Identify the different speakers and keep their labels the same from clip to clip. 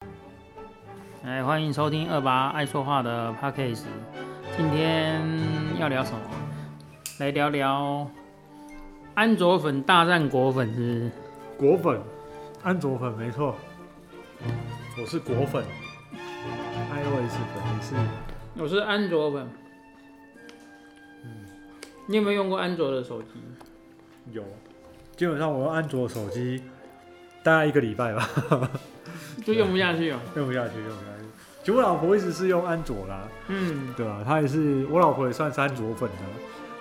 Speaker 1: 来，哎欢迎收听二八爱说话的 p a c k a g e 今天要聊什么？来聊聊安卓粉大战果粉是不是
Speaker 2: 果粉，安卓粉没错，我是果粉，iOS 粉你是
Speaker 1: 我是安卓粉。嗯你有没有用过安卓的手机？
Speaker 2: 有，基本上我用安卓手机大概一个礼拜吧，
Speaker 1: 就用不下去哦。
Speaker 2: 用不下去，用不下去。其实我老婆一直是用安卓啦，
Speaker 1: 嗯，
Speaker 2: 对吧、啊她也是，我老婆也算是安卓粉的，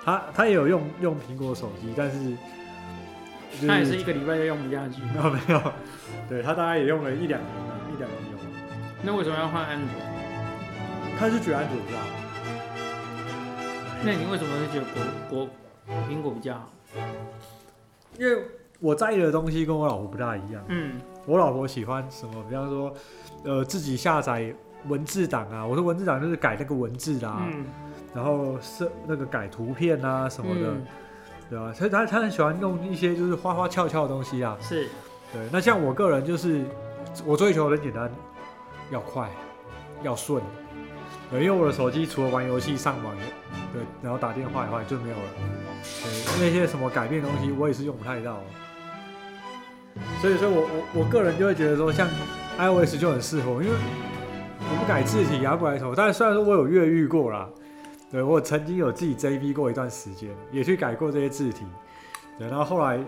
Speaker 2: 她她也有用用苹果手机，但是就
Speaker 1: 那也 是一个礼拜就用不下去。
Speaker 2: 没有没有，对她大概也用了一两年了，一两年有了。
Speaker 1: 那为什么要换安卓？
Speaker 2: 她是觉得安卓比较好，
Speaker 1: 那你为什么会觉得果果苹果比较好？
Speaker 2: 因为我在意的东西跟我老婆不大一样。
Speaker 1: 嗯
Speaker 2: 我老婆喜欢什么？比方说，呃，自己下载文字档啊，我说文字档就是改那个文字啊，
Speaker 1: 嗯，
Speaker 2: 然后是那个改图片啊什么的，
Speaker 1: 嗯
Speaker 2: 对吧、所以她她很喜欢弄一些就是花花俏俏的东西啊。
Speaker 1: 是
Speaker 2: 对，那像我个人就是我追求的很简单，要快，要顺。对，因为我的手机除了玩游戏、上网，对，然后打电话以外就没有了。对，那些什么改变的东西，我也是用不太到。所以，所以我我我个人就会觉得说，像 iOS 就很适合我，因为我不改字体啊，不改什么。但是虽然说我有越狱过啦，对我曾经有自己 JB 过一段时间，也去改过这些字体，对，然后后来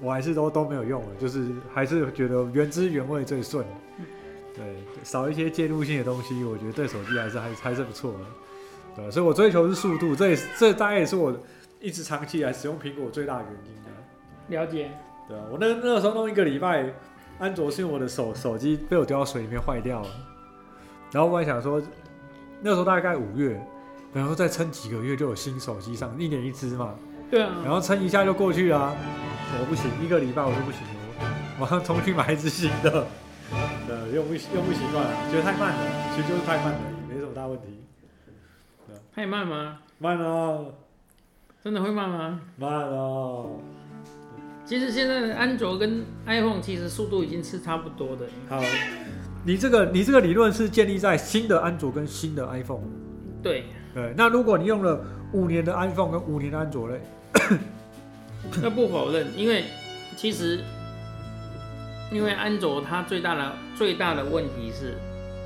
Speaker 2: 我还是都都没有用了，就是还是觉得原汁原味最顺。对，少一些介入性的东西，我觉得对手机还是还还是不错的。对，啊所以我追求是速度，这也是这大概也是我一直长期以来使用苹果最大的原因啊。
Speaker 1: 了解。
Speaker 2: 对啊，我那那个时候弄一个礼拜，安卓是因为我的手手机被我丢到水里面坏掉了，然后我还想说，那时候大概五月，然后再撑几个月就有新手机上，一年一只嘛，
Speaker 1: 对啊。
Speaker 2: 然后撑一下就过去了、啊。我不行，一个礼拜我就不行了，我马上冲去买一只新的。呃，用不用不习惯，觉得太慢了，其实就是太慢了，也没什么大问题。
Speaker 1: 太慢吗？
Speaker 2: 慢哦，
Speaker 1: 真的会慢吗？
Speaker 2: 慢哦。
Speaker 1: 其实现在的安卓跟 iPhone 其实速度已经是差不多的。
Speaker 2: 好，你这个你这个理论是建立在新的安卓跟新的 iPhone。
Speaker 1: 对，
Speaker 2: 对，那如果你用了五年的 iPhone 跟五年的安卓嘞，
Speaker 1: 那不否认，因为其实因为安卓它最大的最大的问题是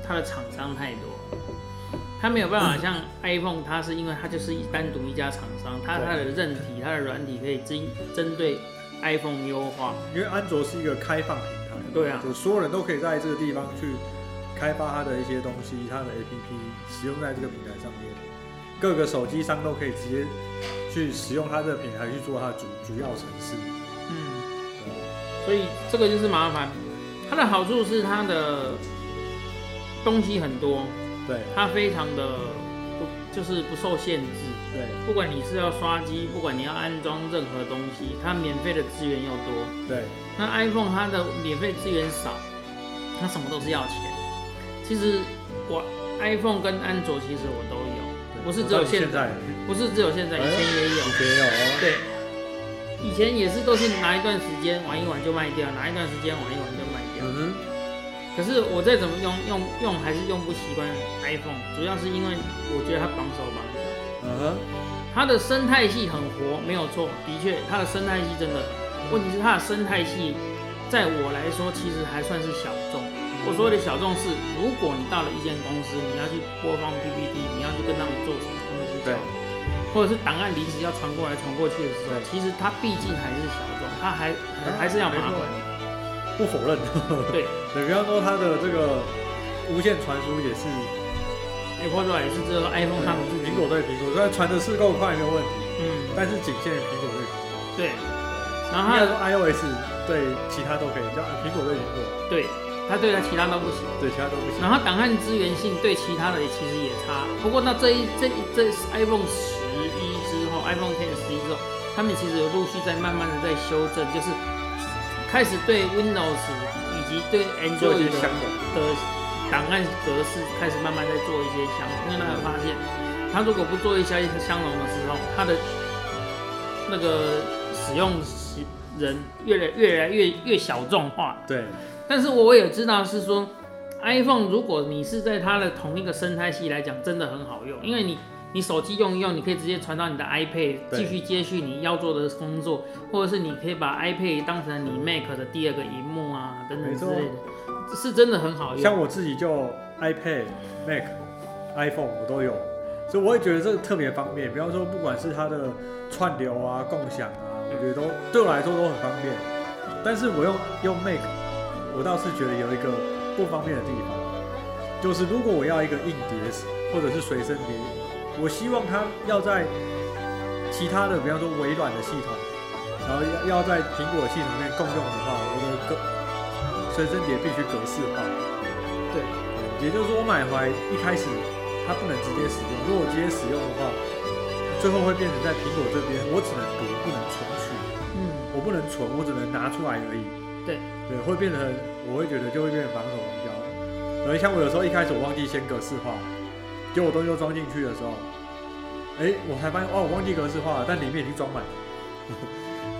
Speaker 1: 它的厂商太多，它没有办法像 iPhone，它是因为它就是一单独一家厂商，它
Speaker 2: 对
Speaker 1: 它的韧体、它的软体可以针针对 iPhone 优化。
Speaker 2: 因为安卓是一个开放平台，
Speaker 1: 对啊
Speaker 2: 就所有人都可以在这个地方去开发它的一些东西，它的 APP 使用在这个平台上面，各个手机商都可以直接去使用它这个平台去做它的主主要城市。
Speaker 1: 嗯。
Speaker 2: 对
Speaker 1: 所以这个就是麻烦。它的好处是它的东西很多，
Speaker 2: 对
Speaker 1: 它非常的不就是不受限制，
Speaker 2: 对
Speaker 1: 不管你是要刷机，不管你要安装任何东西，它免费的资源又多。
Speaker 2: 对
Speaker 1: 那 iPhone 它的免费资源少，它什么都是要钱。其实我 iPhone 跟安卓其实我都有，不是只有现在，
Speaker 2: 在，
Speaker 1: 不是只有现在，以前也有。
Speaker 2: 以前有哦，
Speaker 1: 对，以前也是都是拿一段时间玩一玩就卖掉，拿一段时间玩一玩就卖掉。
Speaker 2: 嗯
Speaker 1: 可是我再怎么用用用还是用不习惯 iPhone，主要是因为我觉得它绑手绑脚，
Speaker 2: 哼嗯哼，
Speaker 1: 它的生态系很活，没有错，的确它的生态系真的，
Speaker 2: 嗯
Speaker 1: 问题是它的生态系在我来说其实还算是小众。
Speaker 2: 嗯
Speaker 1: 我所谓的小众是，如果你到了一间公司，你要去播放 PPT，你要去跟他们做什么东西，
Speaker 2: 对
Speaker 1: 或者是档案临时要传过来传过去的时候
Speaker 2: 对，啊
Speaker 1: 其实它毕竟还是小众，它还还是要麻
Speaker 2: 没
Speaker 1: 烦
Speaker 2: 错。不否认。
Speaker 1: 对
Speaker 2: 对，比方说它的这个无线传输也是
Speaker 1: ，Apple 也是只有 iPhone 他们自己
Speaker 2: 苹，果对苹果，虽然传的是够快没有问题，
Speaker 1: 嗯，
Speaker 2: 但是仅限于苹果对苹果。
Speaker 1: 对。然后
Speaker 2: 应
Speaker 1: 它
Speaker 2: 该
Speaker 1: 的
Speaker 2: 说 iOS 对其他都可以，叫苹果对苹果，
Speaker 1: 对它对它其他都不行，
Speaker 2: 对其他都不行。
Speaker 1: 然后档案资源性对其他的其实也差。不过那这一这一这 iPhone 十一之后，iPhone Ten 十一之后，他们其实有陆续在慢慢的在修正，就是开始对 Windows 以及对
Speaker 2: 做
Speaker 1: Android
Speaker 2: 一些
Speaker 1: 的
Speaker 2: 相容，
Speaker 1: 的档案格式开始慢慢在做一些相容，因为大家有发现，它如果不做一些相容的时候，它的那个使用时人越来越来越越小众化。
Speaker 2: 对
Speaker 1: 但是我也知道是说， iPhone 如果你是在它的同一个生态系来讲，真的很好用，
Speaker 2: 嗯
Speaker 1: 因为你你手机用一用，你可以直接传到你的 iPad，
Speaker 3: 对
Speaker 1: 继续接续你要做的工作，或者是你可以把 iPad 当成你 Mac 的第二个荧幕啊，等等
Speaker 2: 嗯没
Speaker 1: 之
Speaker 2: 错
Speaker 1: 类的，这是真的很好用。
Speaker 2: 像我自己就 iPad、Mac、iPhone 我都有，所以我会觉得这个特别方便。比方说，不管是它的串流啊、共享啊，我觉得都对我来说都很方便。但是我用用 Mac，我倒是觉得有一个不方便的地方，就是如果我要一个硬碟或者是随身碟，我希望它要在其他的，比方说微软的系统，然后要要在苹果的系统里面共用的话，我的格随身碟必须格式化。
Speaker 1: 对，
Speaker 2: 也就是说，我买回来一开始它不能直接使用，如果我直接使用的话，最后会变成在苹果这边，我只能读不能存取，
Speaker 1: 嗯，
Speaker 2: 我不能存，我只能拿出来而已。
Speaker 1: 对
Speaker 2: 对，会变成我会觉得就会变成绑手绑脚。然后像我有时候一开始我忘记先格式化，结果东西都装进去的时候，哎，我才发现哦，我忘记格式化了，但里面已经装满了，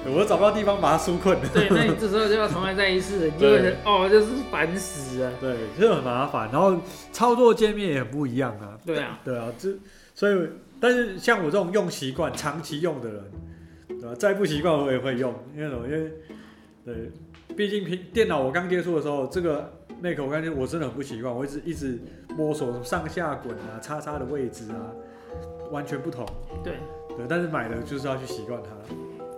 Speaker 2: 我都找不到地方把它纾困了。
Speaker 1: 对，那你这时候就要重来再一次，你就会觉得哦，就是烦死了。
Speaker 2: 对，就很麻烦，然后操作界面也很不一样啊。
Speaker 1: 对啊，
Speaker 2: 对啊，这所以，但是像我这种用习惯、长期用的人，对吧、再不习惯我也会用，因为什么？因为对，毕竟平电脑我刚接触的时候，这个 Mac 我感觉我真的很不习惯，我一直一直摸索什么上下滚啊、叉叉的位置啊，完全不同。
Speaker 1: 对。
Speaker 2: 对，但是买了就是要去习惯它。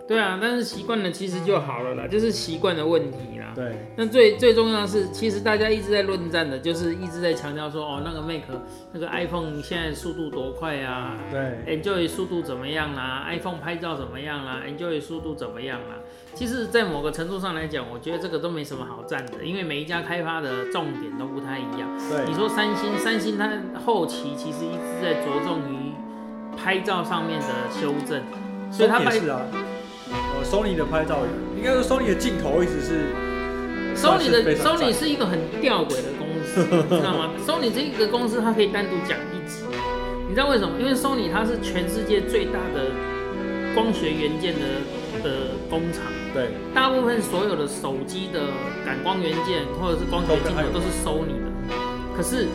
Speaker 1: 对啊，但是习惯了其实就好了啦，就是习惯的问题啦。
Speaker 2: 对，
Speaker 1: 那最最重要的是，其实大家一直在论战的，就是一直在强调说，哦，那个 Mac、那个 iPhone 现在速度多快啊
Speaker 2: 对，
Speaker 1: ，Enjoy 速度怎么样啦，iPhone 拍照怎么样啦，Enjoy 速度怎么样啦。其实，在某个程度上来讲，我觉得这个都没什么好站的，因为每一家开发的重点都不太一样。你
Speaker 2: 对，
Speaker 1: 说三星，三星它后期其实一直在着重于拍照上面的修正，所以它
Speaker 2: 它也
Speaker 1: 拍
Speaker 2: 是啊。呃，Sony 的拍照也，应该说 Sony 的镜头一直是
Speaker 1: Sony
Speaker 2: 算是
Speaker 1: 的
Speaker 2: 非常赞
Speaker 1: Sony 是一个很吊诡的公 司，你知道吗？Sony 这个公司它可以单独讲一集，你知道为什么？因为 Sony 它是全世界最大的光学元件的的工厂，
Speaker 2: 对
Speaker 1: 大部分所有的手机的感光元件或者是光学镜头都是 Sony 的，可是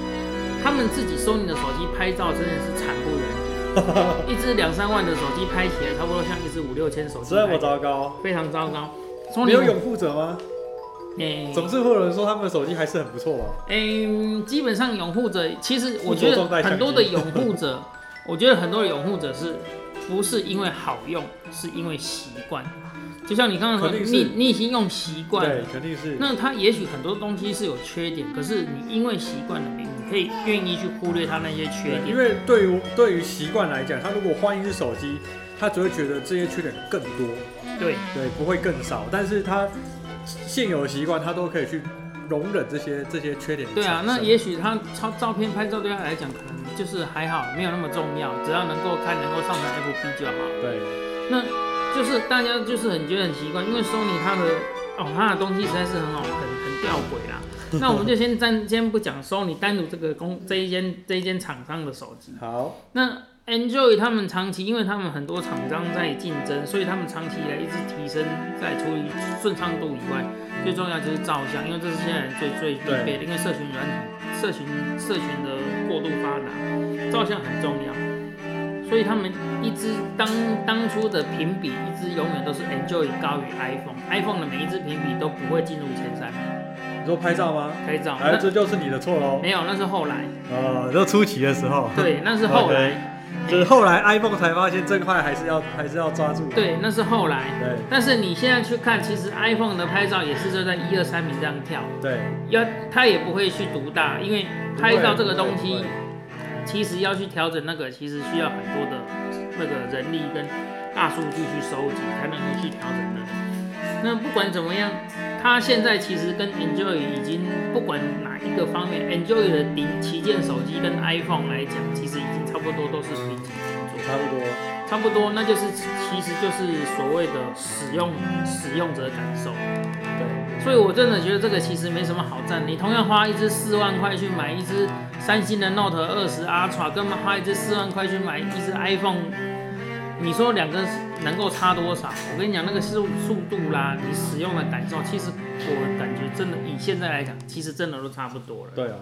Speaker 1: 他们自己 Sony 的手机拍照真的是惨不忍睹，一只两三万的手机拍起来差不多像一只五六千手机
Speaker 2: 这
Speaker 1: 拍
Speaker 2: 么
Speaker 1: 起来，
Speaker 2: 糟糕，
Speaker 1: 非常糟糕。
Speaker 2: 没
Speaker 1: Sony 哎
Speaker 2: 有拥护者吗？
Speaker 1: 诶
Speaker 2: 总是会有人说他们的手机还是很不错吧？
Speaker 1: 嗯，基本上拥护者，其实我觉得很多的拥护 者，我觉得很多的拥护者是不是因为好用，是因为习惯。就像你刚刚说，
Speaker 2: 肯定是
Speaker 1: 你你已经用习惯
Speaker 2: 对
Speaker 1: 了，，
Speaker 2: 肯定是。
Speaker 1: 那它也许很多东西是有缺点，可是你因为习惯了，你你可以愿意去忽略它那些缺
Speaker 2: 对，因
Speaker 1: 点。
Speaker 2: 为对于对于习惯来讲，他如果换一只手机，他只会觉得这些缺点更多，
Speaker 1: 对
Speaker 2: 对，不会更少。但是他现有的习惯，他都可以去容忍这些这些缺点的
Speaker 1: 对啊，
Speaker 2: 产生
Speaker 1: 那也许他照照片拍照对他来讲可能就是还好，没有那么重要，只要能够看，能够上传 FB 就好了。
Speaker 2: 对
Speaker 1: 那就是大家就是很觉得很奇怪，因为 Sony 它的哦它的东西实在是很好，很很吊诡啦。那我们就先单先不讲 Sony 单独这个公这一间这一间厂商的手机。
Speaker 2: 好，
Speaker 1: 那 Enjoy 他们长期，因为他们很多厂商在竞争，所以他们长期以来一直提升在处理顺畅度以外，最重要就是照相，因为这是现在人最最必备的，因为社群软体、社群社群的过度发达，照相很重要。所以他们一直当当初的评比，一直永远都是 Enjoy 高于 iPhone，iPhone 的每一支评比都不会进入前三名。
Speaker 2: 你说拍照吗？
Speaker 1: 拍照，
Speaker 2: 哎，
Speaker 1: 那
Speaker 2: 这就是你的错喽。
Speaker 1: 没有，那是后来，
Speaker 2: 呃，就初期的时候，
Speaker 1: 对，那是后来
Speaker 2: OK 就是后来 iPhone 才发现这块还是要还是要抓住。
Speaker 1: 对，那是后来。
Speaker 2: 对
Speaker 1: 但是你现在去看，其实 iPhone 的拍照也是就在一二三名这样跳，
Speaker 2: 对，
Speaker 1: 要它也不会去独大，因为拍照这个东
Speaker 2: 不会
Speaker 1: 西，其实要去调整那个，其实需要很多的那个人力跟大数据去收集，才能够去调整那个。那不管怎么样，它现在其实跟 Enjoy 已经不管哪一个方面，Enjoy 的顶旗舰手机跟 iPhone 来讲，其实已经差不多都是平起平坐
Speaker 2: 不会。差不多。
Speaker 1: 差不多，那就是其实就是所谓的使用使用者感受。
Speaker 2: 对，
Speaker 1: 所以我真的觉得这个其实没什么好赞。你同样花一支四万块去买一支三星的 Note 二十 Ultra，跟花一支四万块去买一支 iPhone 你说两个能够差多少？我跟你讲，那个速速度啦，你使用的感受，其实我感觉真的以现在来讲，其实真的都差不多了。
Speaker 2: 对啊，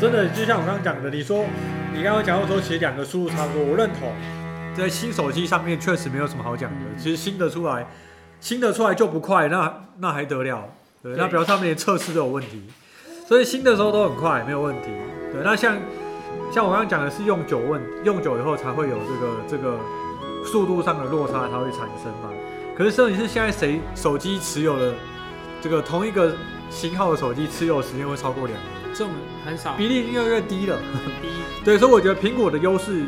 Speaker 2: 真的就像我刚刚讲的，你说你刚刚讲到说，其实两个输入差不多，我认同。在新手机上面确实没有什么好讲的，其实新的出来，新的出来就不快，那那还得了？对，
Speaker 1: 对
Speaker 2: 那表示他们连测试都有问题，所以新的时候都很快，没有问题。对，那像像我刚刚讲的是用久问，用久以后才会有这个这个速度上的落差才会产生嘛。可是摄影师现在谁手机持有的这个同一个型号的手机持有时间会超过两年，这种
Speaker 1: 很少，
Speaker 2: 比例越来越低了。
Speaker 1: 很低。
Speaker 2: 对，所以我觉得苹果的优势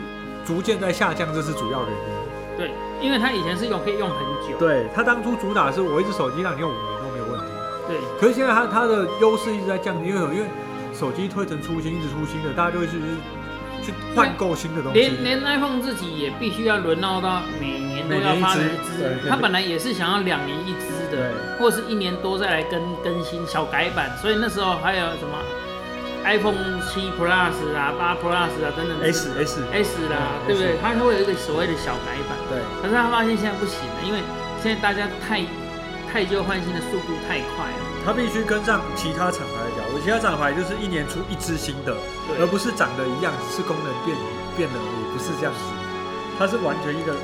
Speaker 2: 逐渐在下降，这是主要原因。
Speaker 1: 对，因为它以前是用可以用很久。
Speaker 2: 对，它当初主打是我一只手机让你用五年都没有问题，
Speaker 1: 对
Speaker 2: 可是现在它它的优势一直在降低，因为什么因为手机推陈出新，一直出新的，大家就会去去换购新的东西。
Speaker 1: 连连 iPhone 自己也必须要轮到到每年都
Speaker 2: 每
Speaker 1: 要
Speaker 2: 年一
Speaker 1: 发
Speaker 2: 支
Speaker 1: 展
Speaker 2: 对
Speaker 1: 一
Speaker 2: 对
Speaker 1: 支，它本来也是想要两年一支的，或是一年多再来更更新小改版，所以那时候还有什么 iPhone 七 Plus 啊、八 Plus 啊等等
Speaker 2: S S
Speaker 1: S 啦，
Speaker 2: 嗯
Speaker 1: 对不对
Speaker 2: S？
Speaker 1: 它会有一个所谓的小改版，
Speaker 2: 对
Speaker 1: 可是他发现现在不行了，因为现在大家太太旧换新的速度太快了，
Speaker 2: 它必须跟上其他厂牌的脚步，其他厂牌就是一年出一支新的，而
Speaker 1: 对
Speaker 2: 不是长得一样，只是功能变变了而已，不是这样子。它是完全一个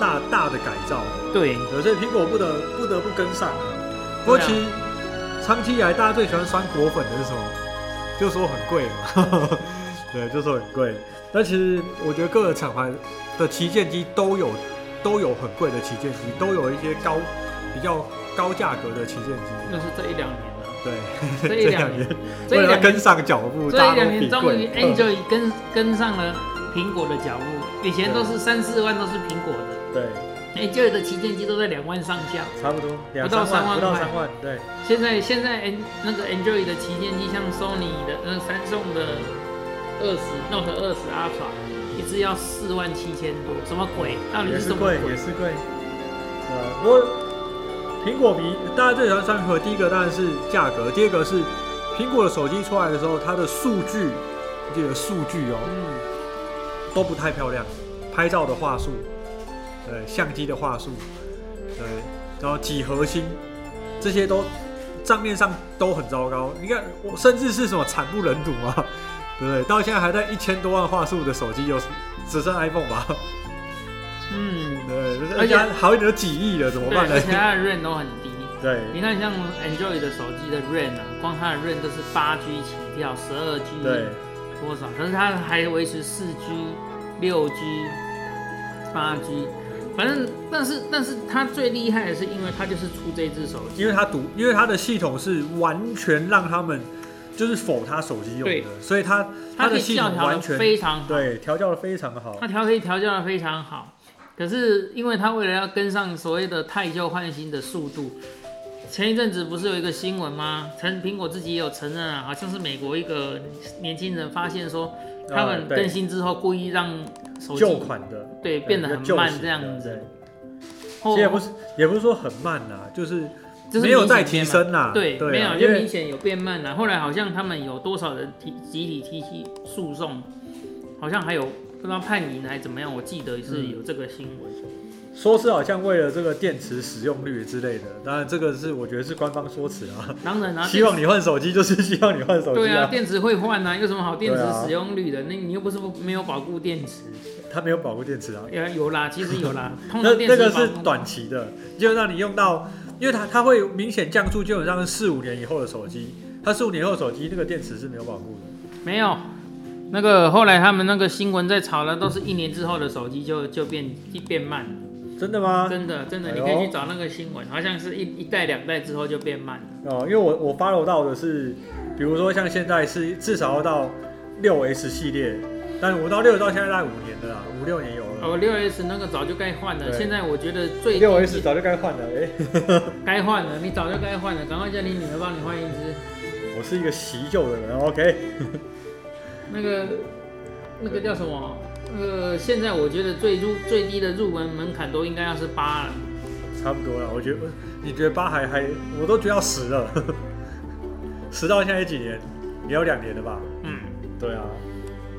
Speaker 2: 大大的改造。
Speaker 1: 对
Speaker 2: 对所以苹果不得不得不跟上。啊
Speaker 1: 啊
Speaker 2: 不过其实长期以来，大家最喜欢酸果粉的是什么？就说很贵嘛， 对，就说很贵。但其实我觉得各个厂牌的旗舰机都有都有很贵的旗舰机，都有一些高比较高价格的旗舰机。
Speaker 1: 那是这一两年了，
Speaker 2: 对，
Speaker 1: 这一两年，这
Speaker 2: 为
Speaker 1: 一
Speaker 2: 了
Speaker 1: 两
Speaker 2: 要跟
Speaker 1: 年，
Speaker 2: 上脚步，
Speaker 1: 这
Speaker 2: 大
Speaker 1: 一
Speaker 2: 家
Speaker 1: 两
Speaker 2: 都比
Speaker 1: 年终于
Speaker 2: 贵。嗯
Speaker 1: Android 跟跟上了苹果的脚步，以前都是三四万都是苹果的
Speaker 2: 对，
Speaker 1: ，Android 的旗舰机都在两万上下，
Speaker 2: 差不多两
Speaker 1: 不到
Speaker 2: 三万，
Speaker 1: 三万
Speaker 2: 不到
Speaker 1: 块
Speaker 2: 三万，对，
Speaker 1: 现在现在 N 那个 Android 的旗舰机，像 Sony 的那三送的二十 Note 二十 Ultra，一只要四万七千多，什么鬼？到底
Speaker 2: 也
Speaker 1: 是
Speaker 2: 是
Speaker 1: 什么
Speaker 2: 贵
Speaker 1: 鬼，？
Speaker 2: 也是贵。呃，不过苹果迷大家最喜欢三合，第一个当然是价格，第二个是苹果的手机出来的时候，它的数据，这个数据哦
Speaker 1: 嗯，
Speaker 2: 都不太漂亮，拍照的话术，呃，相机的话术，对，然后几何星这些都账面上都很糟糕。你看，我甚至是什么惨不忍睹啊，对不对？到现在还在一千多万画素的手机，有只剩 iPhone 吧？
Speaker 1: 嗯，
Speaker 2: 对，而
Speaker 1: 而
Speaker 2: 且
Speaker 1: 且
Speaker 2: 好一点都几亿了，怎么
Speaker 1: 对，
Speaker 2: 办呢
Speaker 1: 而？且它的 RAM 都很低。
Speaker 2: 对
Speaker 1: 你看，像 Android 的手机的 RAM 啊，光它的 RAM 都是八 G 起跳，十二 G
Speaker 2: 对
Speaker 1: 多少？可是它还维持四 G、六 G、八 G，反正但是但是它最厉害的是，因为它就是出这只手机，
Speaker 2: 因为它独，因为它的系统是完全让他们就是否他手机用
Speaker 1: 对
Speaker 2: 的，所以它
Speaker 1: 它可
Speaker 2: 的
Speaker 1: 以
Speaker 2: 系
Speaker 1: 教
Speaker 2: 统
Speaker 1: 条的
Speaker 2: 完全
Speaker 1: 非常好。
Speaker 2: 对调教的非常好
Speaker 1: 它。调可以调教的非常好，可是因为它为了要跟上所谓的太旧换新的速度，前一阵子不是有一个新闻吗？承苹果自己也有承认啊，好像是美国一个年轻人发现说，他
Speaker 2: 啊
Speaker 1: 们
Speaker 2: 对
Speaker 1: 更新之后故意让手机
Speaker 2: 旧款的
Speaker 1: 对变得
Speaker 2: 对比
Speaker 1: 很
Speaker 2: 较
Speaker 1: 慢
Speaker 2: 旧型的
Speaker 1: 这样子，
Speaker 2: 对
Speaker 1: 后
Speaker 2: 也不是也不是说很慢呐，就是
Speaker 1: 就是
Speaker 2: 没有
Speaker 1: 明
Speaker 2: 再提
Speaker 1: 显变慢
Speaker 2: 升啦。
Speaker 1: 对，没
Speaker 2: 啊
Speaker 1: 有，
Speaker 2: 因
Speaker 1: 就明
Speaker 2: 为
Speaker 1: 显有变慢了。后来好像他们有多少人提集体提起诉讼，好像还有不知道判赢还是怎么样，我记得是
Speaker 2: 嗯
Speaker 1: 有这个新闻。
Speaker 2: 说是好像为了这个电池使用率之类的，当然这个是我觉得是官方说辞啊。
Speaker 1: 当然啊，
Speaker 2: 希望你换手机就是希望你换手机
Speaker 1: 对啊，
Speaker 2: 啊，
Speaker 1: 电池会换啊，有什么好电池
Speaker 2: 对啊
Speaker 1: 使用率的？那你又不是不没有保固电池，
Speaker 2: 它没有保护电池啊，
Speaker 1: 有有啦，其实有 啦，通
Speaker 2: 那
Speaker 1: 常电
Speaker 2: 那
Speaker 1: 池
Speaker 2: 个
Speaker 1: 保
Speaker 2: 是
Speaker 1: 固
Speaker 2: 短期的，就让你用到，因为它它会明显降速，基本上是四五年以后的手机，它四五年后的手机那个电池是没有保护的。
Speaker 1: 没有。那个后来他们那个新闻在炒的，都是一年之后的手机就就变变慢了，
Speaker 2: 真的吗？
Speaker 1: 真的真的，
Speaker 2: 哎
Speaker 1: 你
Speaker 2: 呦
Speaker 1: 可以去找那个新闻，好像是一一代两代之后就变慢了。
Speaker 2: 哦，因为我我 follow 到的是，比如说像现在是至少要到六 S 系列，但我到六到现在大概五年了啦，五六年有了。
Speaker 1: 哦，六 S 那个早就该换了，
Speaker 2: 对
Speaker 1: 现在我觉得最
Speaker 2: 六 S 早就该换了，哎、
Speaker 1: 该换了，你早就该换了，赶快叫你女儿帮你换一只。
Speaker 2: 我是一个习旧的人，OK。哦
Speaker 1: 那个那个叫什么？呃，现在我觉得最入最低的入门门槛都应该要是八了。
Speaker 2: 差不多了，我觉得你觉得八还还，我都觉得要十了， 十到现在几年，也有两年了吧？
Speaker 1: 嗯，
Speaker 2: 对啊，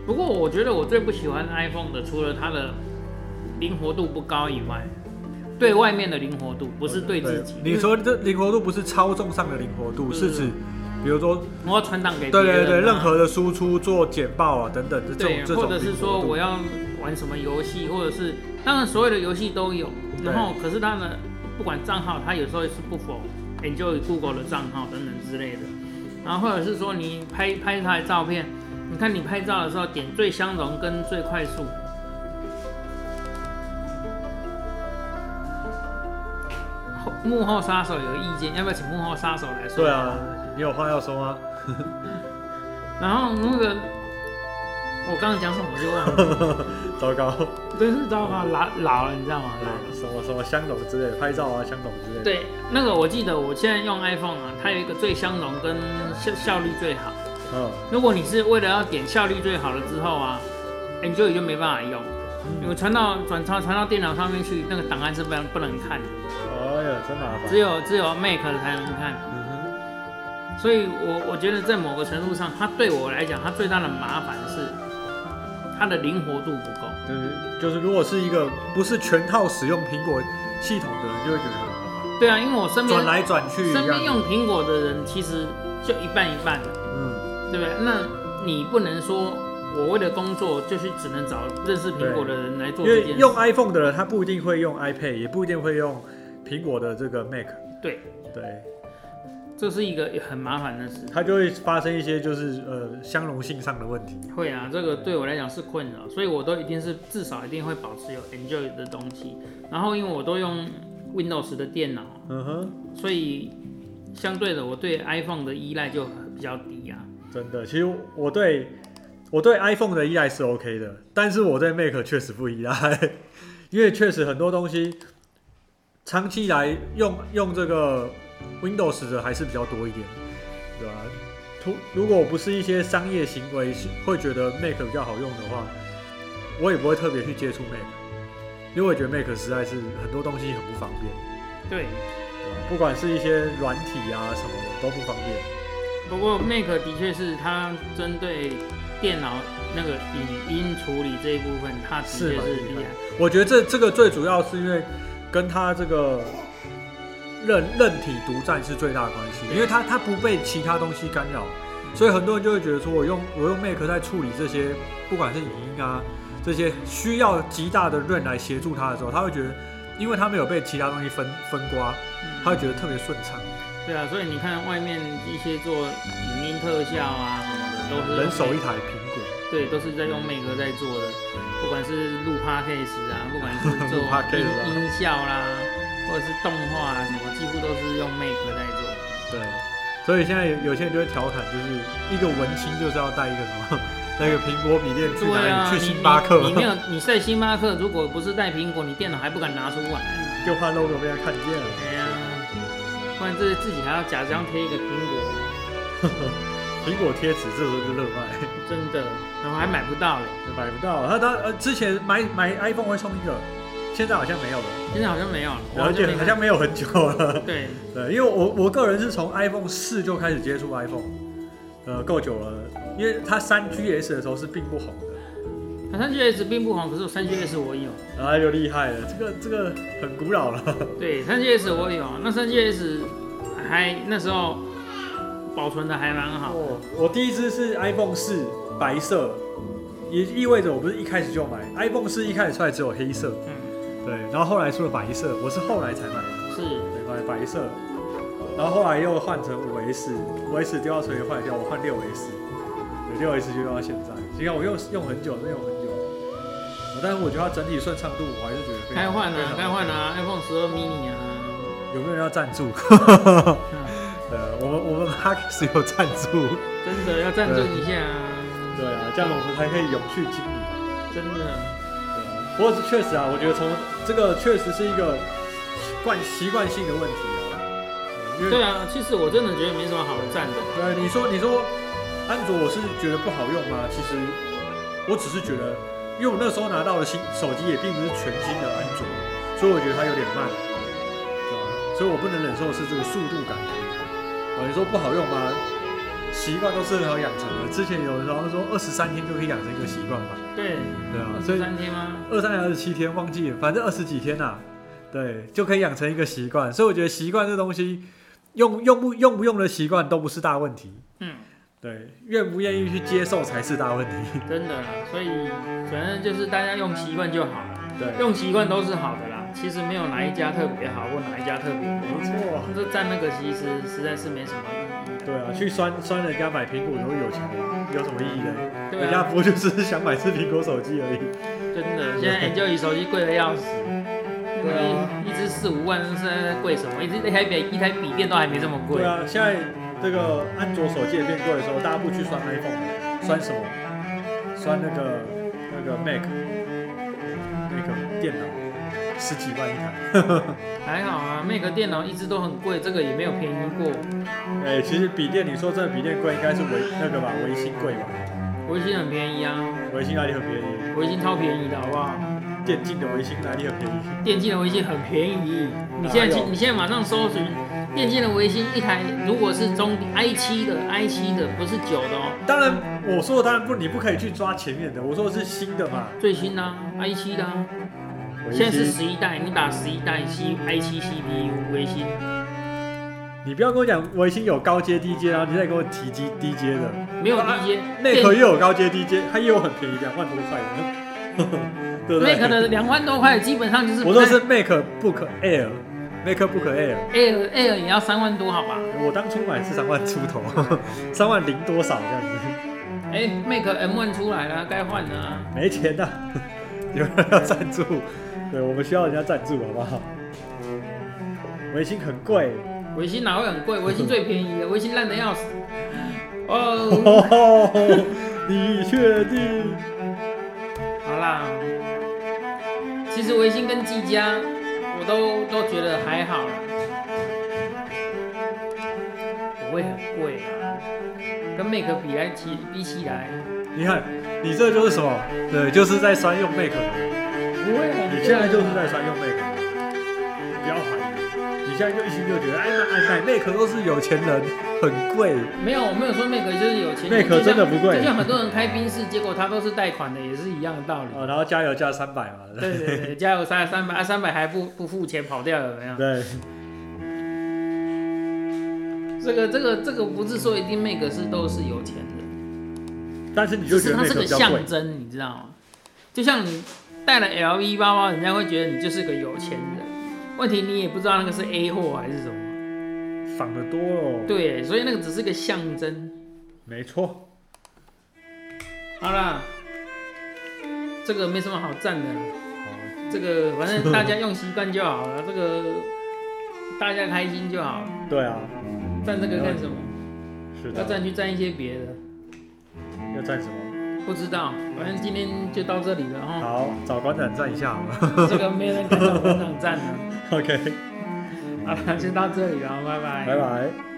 Speaker 1: 不过我觉得我最不喜欢 iPhone 的，除了它的灵活度不高以外，对外面的灵活度不是对自己。
Speaker 2: 你说这灵活度不是操纵上的灵活度，
Speaker 1: 对
Speaker 2: 是指比如说
Speaker 1: 我要传档给
Speaker 2: 对
Speaker 1: 别人啊、
Speaker 2: 对对，任何的输出做简报啊等等的这种
Speaker 1: 对，
Speaker 2: 这
Speaker 1: 或
Speaker 2: 种
Speaker 1: 者是
Speaker 2: 灵活
Speaker 1: 说
Speaker 2: 度
Speaker 1: 我要玩什么游戏，或者是当然所有的游戏都有，
Speaker 2: 对
Speaker 1: 然后可是他的不管账号，他有时候是不否 enjoy Google 的账号等等之类的，然后或者是说你拍拍他的照片，你看你拍照的时候点最相容跟最快速，后幕后杀手有意见，要不要请幕后杀手来说？
Speaker 2: 对啊，你有话要说吗？
Speaker 1: 然后那个我刚刚讲什么我就忘了，
Speaker 2: 糟糕，啊
Speaker 1: 真是糟糕，老老了，你知道吗？老了。
Speaker 2: 什么什么相容之类，拍照啊相容之类的。
Speaker 1: 对，那个我记得我现在用 iPhone 啊，它有一个最相容跟效效率最好。
Speaker 2: 嗯，
Speaker 1: 如果你是为了要点效率最好了之后啊，Enjoy 就没办法用，因为传到转传传到电脑上面去，那个档案是不能不能看的，
Speaker 2: 哎呀，真麻
Speaker 1: 只
Speaker 2: 烦。
Speaker 1: 有只有 Mac 才能看。
Speaker 2: 嗯哼
Speaker 1: 所以我我觉得在某个程度上，它对我来讲，它最大的麻烦是它的灵活度不够。
Speaker 2: 就是就是，如果是一个不是全套使用苹果系统的人，就会觉得很麻烦，
Speaker 1: 对啊，因为我身边
Speaker 2: 转来转去一
Speaker 1: 身边
Speaker 2: 样。
Speaker 1: 用苹果的人其实就一半一半了。
Speaker 2: 嗯，
Speaker 1: 对不对？那你不能说我为了工作就是只能找认识苹果的人来
Speaker 2: 因
Speaker 1: 做这
Speaker 2: 为
Speaker 1: 件事
Speaker 2: 用。iPhone 的人，他不一定会用 iPad，也不一定会用苹果的这个 Mac。
Speaker 1: 对，
Speaker 2: 对，
Speaker 1: 这是一个很麻烦的事。
Speaker 2: 它就会发生一些就是呃相容性上的问题。
Speaker 1: 会啊，这个对我来讲是困扰，所以我都一定是至少一定会保持有 Enjoy 的东西。然后因为我都用 Windows 的电脑，
Speaker 2: 嗯哼，
Speaker 1: 所以相对的我对 iPhone 的依赖就比较低啊。
Speaker 2: 真的，其实我对我对 iPhone 的依赖是 OK 的，但是我对 Mac 确实不依赖， 因为确实很多东西长期以来用用这个 Windows 的还是比较多一点，对吧、突如果不是一些商业行为是会觉得 Mac 比较好用的话，我也不会特别去接触 Mac，因为我觉得 Mac 实在是很多东西很不方便。
Speaker 1: 对，
Speaker 2: 对不管是一些软体啊什么的都不方便。
Speaker 1: 不过 Mac 的确是它针对电脑那个语音处理这一部分，它的确
Speaker 2: 是
Speaker 1: 是
Speaker 2: 蛮
Speaker 1: 厉害。
Speaker 2: 我觉得这这个最主要是因为跟它这个任任体独占是最大的关系，因为它它不被其他东西干扰，所以很多人就会觉得说我用我用 Mac 在处理这些不管是影音啊这些需要极大的润来协助它的时候，他会觉得因为它没有被其他东西分分刮，
Speaker 1: 嗯
Speaker 2: 他会觉得特别顺畅，
Speaker 1: 对啊，所以你看外面一些做影音特效啊什么的，都是
Speaker 2: 人手一台苹果。
Speaker 1: 对，都是在用 Mac 在做的，不管是录 Podcast 啊，不管是做
Speaker 2: 录 podcast 啊
Speaker 1: 音音效啦，或者是动画啊什么，几乎都是用 Mac 在做。
Speaker 2: 对，所以现在有有些人就会调侃，就是一个文青就是要带一个什么， 带一个苹果笔电去哪
Speaker 1: 对
Speaker 2: 里？
Speaker 1: 啊，
Speaker 2: 去
Speaker 1: 你
Speaker 2: 星巴克
Speaker 1: 你，你没有你在星巴克，如果不是带苹果，你电脑还不敢拿出来。
Speaker 2: 就怕 logo 被人看见了。
Speaker 1: 哎呀，不然这自己还要假装贴一个苹果，
Speaker 2: 苹果贴纸这时候就热卖，哎
Speaker 1: 真的，然后还买不到嘞。
Speaker 2: 买不到。他他呃之前买买 iPhone 会送一个，现在好像没有了，
Speaker 1: 现在好像没有了，我像
Speaker 2: 而且
Speaker 1: 没
Speaker 2: 好
Speaker 1: 看
Speaker 2: 像没有很久了。
Speaker 1: 对。
Speaker 2: 对，因为我我个人是从 iPhone 四就开始接触 iPhone，呃，够久了，因为它三 GS 的时候是并不红的。
Speaker 1: 啊三 GS 并不红，可是我三 GS 我有。
Speaker 2: 啊，又厉害了，这个这个很古老了。
Speaker 1: 对，三 GS 我有。那三 GS 还那时候保存的还蛮好。
Speaker 2: 哦，我第一只是 iPhone 四白色，也意味着我不是一开始就买 iPhone 四，一开始出来只有黑色，
Speaker 1: 嗯，
Speaker 2: 对，然后后来出了白色，我是后来才买的，
Speaker 1: 是
Speaker 2: 对，买白色，然后后来又换成五 S，五 S 丢到水里坏掉，我换六 S，对，六 S 就用到现在，你看我用用很久，真的用很久，但是我觉得它整体顺畅度我还是觉得非常
Speaker 1: 该换
Speaker 2: 非
Speaker 1: 了，
Speaker 2: 常好
Speaker 1: 该换了 iPhone 十二 mini 啊，
Speaker 2: 有没有人要赞助？
Speaker 1: 嗯
Speaker 2: 呃，我们我 们 p a c k s 有赞助，
Speaker 1: 真的要赞助一下啊，
Speaker 2: 对啊，这样我们才可以永续经营。
Speaker 1: 真的。
Speaker 2: 对不过确实啊，我觉得从这个确实是一个惯习惯性的问题啊。嗯因为
Speaker 1: 对啊，其实我真的觉得没什么好赞的。
Speaker 2: 呃，你说你说安卓我是觉得不好用吗？其实我只是觉得，因为我那时候拿到的新手机也并不是全新的安卓，所以我觉得它有点慢，哦对吧？所以我不能忍受的是这个速度感。啊，你说不好用吗？习惯都是很好养成的。之前有的时候说二十三天就可以养成一个习惯吧，
Speaker 1: 对，
Speaker 2: 对啊，所
Speaker 1: 十
Speaker 2: 以
Speaker 1: 三天吗？
Speaker 2: 二三还是七天忘记了，反正二十几天呐、啊对，就可以养成一个习惯。所以我觉得习惯这东西，用用不用不用的习惯都不是大问题，
Speaker 1: 嗯，
Speaker 2: 对，愿不愿意去接受才是大问题。
Speaker 1: 真的啦，所以反正就是大家用习惯就好了，
Speaker 2: 对，
Speaker 1: 用习惯都是好的啦。其实没有哪一家特别好，或哪一家特别
Speaker 2: 没
Speaker 1: 不好，
Speaker 2: 错，
Speaker 1: 这占那个其实实在是没什么意义的。
Speaker 2: 对啊，去酸酸人家买苹果都有钱人，有什么意义呢？
Speaker 1: 对
Speaker 2: 人家
Speaker 1: 啊，
Speaker 2: 不就是想买只苹果手机而已？
Speaker 1: 真的，现在 Enjoy 手机贵的要死，
Speaker 2: 嗯对啊
Speaker 1: 一一只四五万是在贵什么？一只一台笔一台笔电都还没这么贵
Speaker 2: 对。啊，现在这个安卓手机也变贵的时候，大家不去酸 iPhone，了酸什么？酸那个那个 Mac，那个电脑，十几万一台。
Speaker 1: 还好啊，Mac 电脑一直都很贵，这个也没有便宜过。
Speaker 2: 哎、其实笔电，你说真的笔电贵，应该是维那个吧，维新贵吧？
Speaker 1: 微信很便宜啊，
Speaker 2: 维新哪里很便宜？
Speaker 1: 微信超便宜的好不好？
Speaker 2: 电竞的维新哪里很便宜？
Speaker 1: 电竞的微信很便宜，你现在
Speaker 2: 哪
Speaker 1: 去
Speaker 2: 有
Speaker 1: 你现在马上搜寻电竞的微信一台，如果是中 i 七的 i 七的不是九的哦，
Speaker 2: 当然，我说的当然不，你不可以去抓前面的，我说的是新的嘛。
Speaker 1: 最新的、啊、i 七的、啊，
Speaker 2: 维
Speaker 1: 现在是
Speaker 2: 新
Speaker 1: 十一代，你打十一代 C i 七 CPU 微信，
Speaker 2: 你不要跟我讲维新有高阶低阶，然后你再给我提低低阶的。
Speaker 1: 没有
Speaker 2: 啊
Speaker 1: 低阶，
Speaker 2: 内核又有高阶低阶，它也有很便宜，两万多块 的，对不对
Speaker 1: Mac 的两万多块，基本上就是
Speaker 2: 我说的是 MacBook Air，MacBook Air，
Speaker 1: Air Air 也要三万多好吧？
Speaker 2: 我当初买是三万出头， 三万零多少这样子，
Speaker 1: 哎、m a c M One 出来了，该换了啊。
Speaker 2: 没钱呐、 有人要赞助，对我们需要人家赞助好不好？维新很贵，
Speaker 1: 微信哪会很贵？微信最便宜的，微信烂的要死。哦，
Speaker 2: 哦，你确定？
Speaker 1: 好啦，其实微信跟技嘉，我都都觉得还好啦，不会很贵啊。跟 Mac 比来起比起来，
Speaker 2: 你看，你这就是什么？对，就是在酸用 Mac，
Speaker 1: 不会很贵啊
Speaker 2: 你现在就是在酸用 Mac，你不要怀疑，你现在就一心就觉得，哎，买买 Mac 都是有钱人，很贵。
Speaker 1: 没有，我没有说 Mac 就是有钱人
Speaker 2: Mac
Speaker 1: 就像
Speaker 2: 真的不贵
Speaker 1: 就像很多人开宾士，结果他都是贷款的，也是一样的道理。
Speaker 2: 哦，然后加油加三百嘛，
Speaker 1: 对对 对，加油三三百，啊三百还不不付钱跑掉了有没有？
Speaker 2: 对，
Speaker 1: 这个这个这个不是说一定 Mac 是都是有钱的，
Speaker 2: 但是你就
Speaker 1: 只是
Speaker 2: 觉得
Speaker 1: 它
Speaker 2: Mac
Speaker 1: 是个
Speaker 2: 比较贵
Speaker 1: 象，征，你知道吗？就像你带了 LV 包包，人家会觉得你就是个有钱人。问题你也不知道那个是 A 货还是什么，
Speaker 2: 仿的多哦。
Speaker 1: 对，所以那个只是个象征。
Speaker 2: 没错，
Speaker 1: 好啦，这个没什么好赞的啦，
Speaker 2: 好
Speaker 1: 这个反正大家用习惯就好了，这个大家开心就好，
Speaker 2: 对啊，
Speaker 1: 赞这个干什么？
Speaker 2: 是
Speaker 1: 要
Speaker 2: 的。
Speaker 1: 赞去赞一些别的，
Speaker 2: 要站什么？
Speaker 1: 不知道，反正今天就到这里了哈。
Speaker 2: 好，找馆长站一下好了。
Speaker 1: 这个没人敢找馆长站的。
Speaker 2: OK，
Speaker 1: 好了，先到这里了，拜拜。
Speaker 2: 拜拜。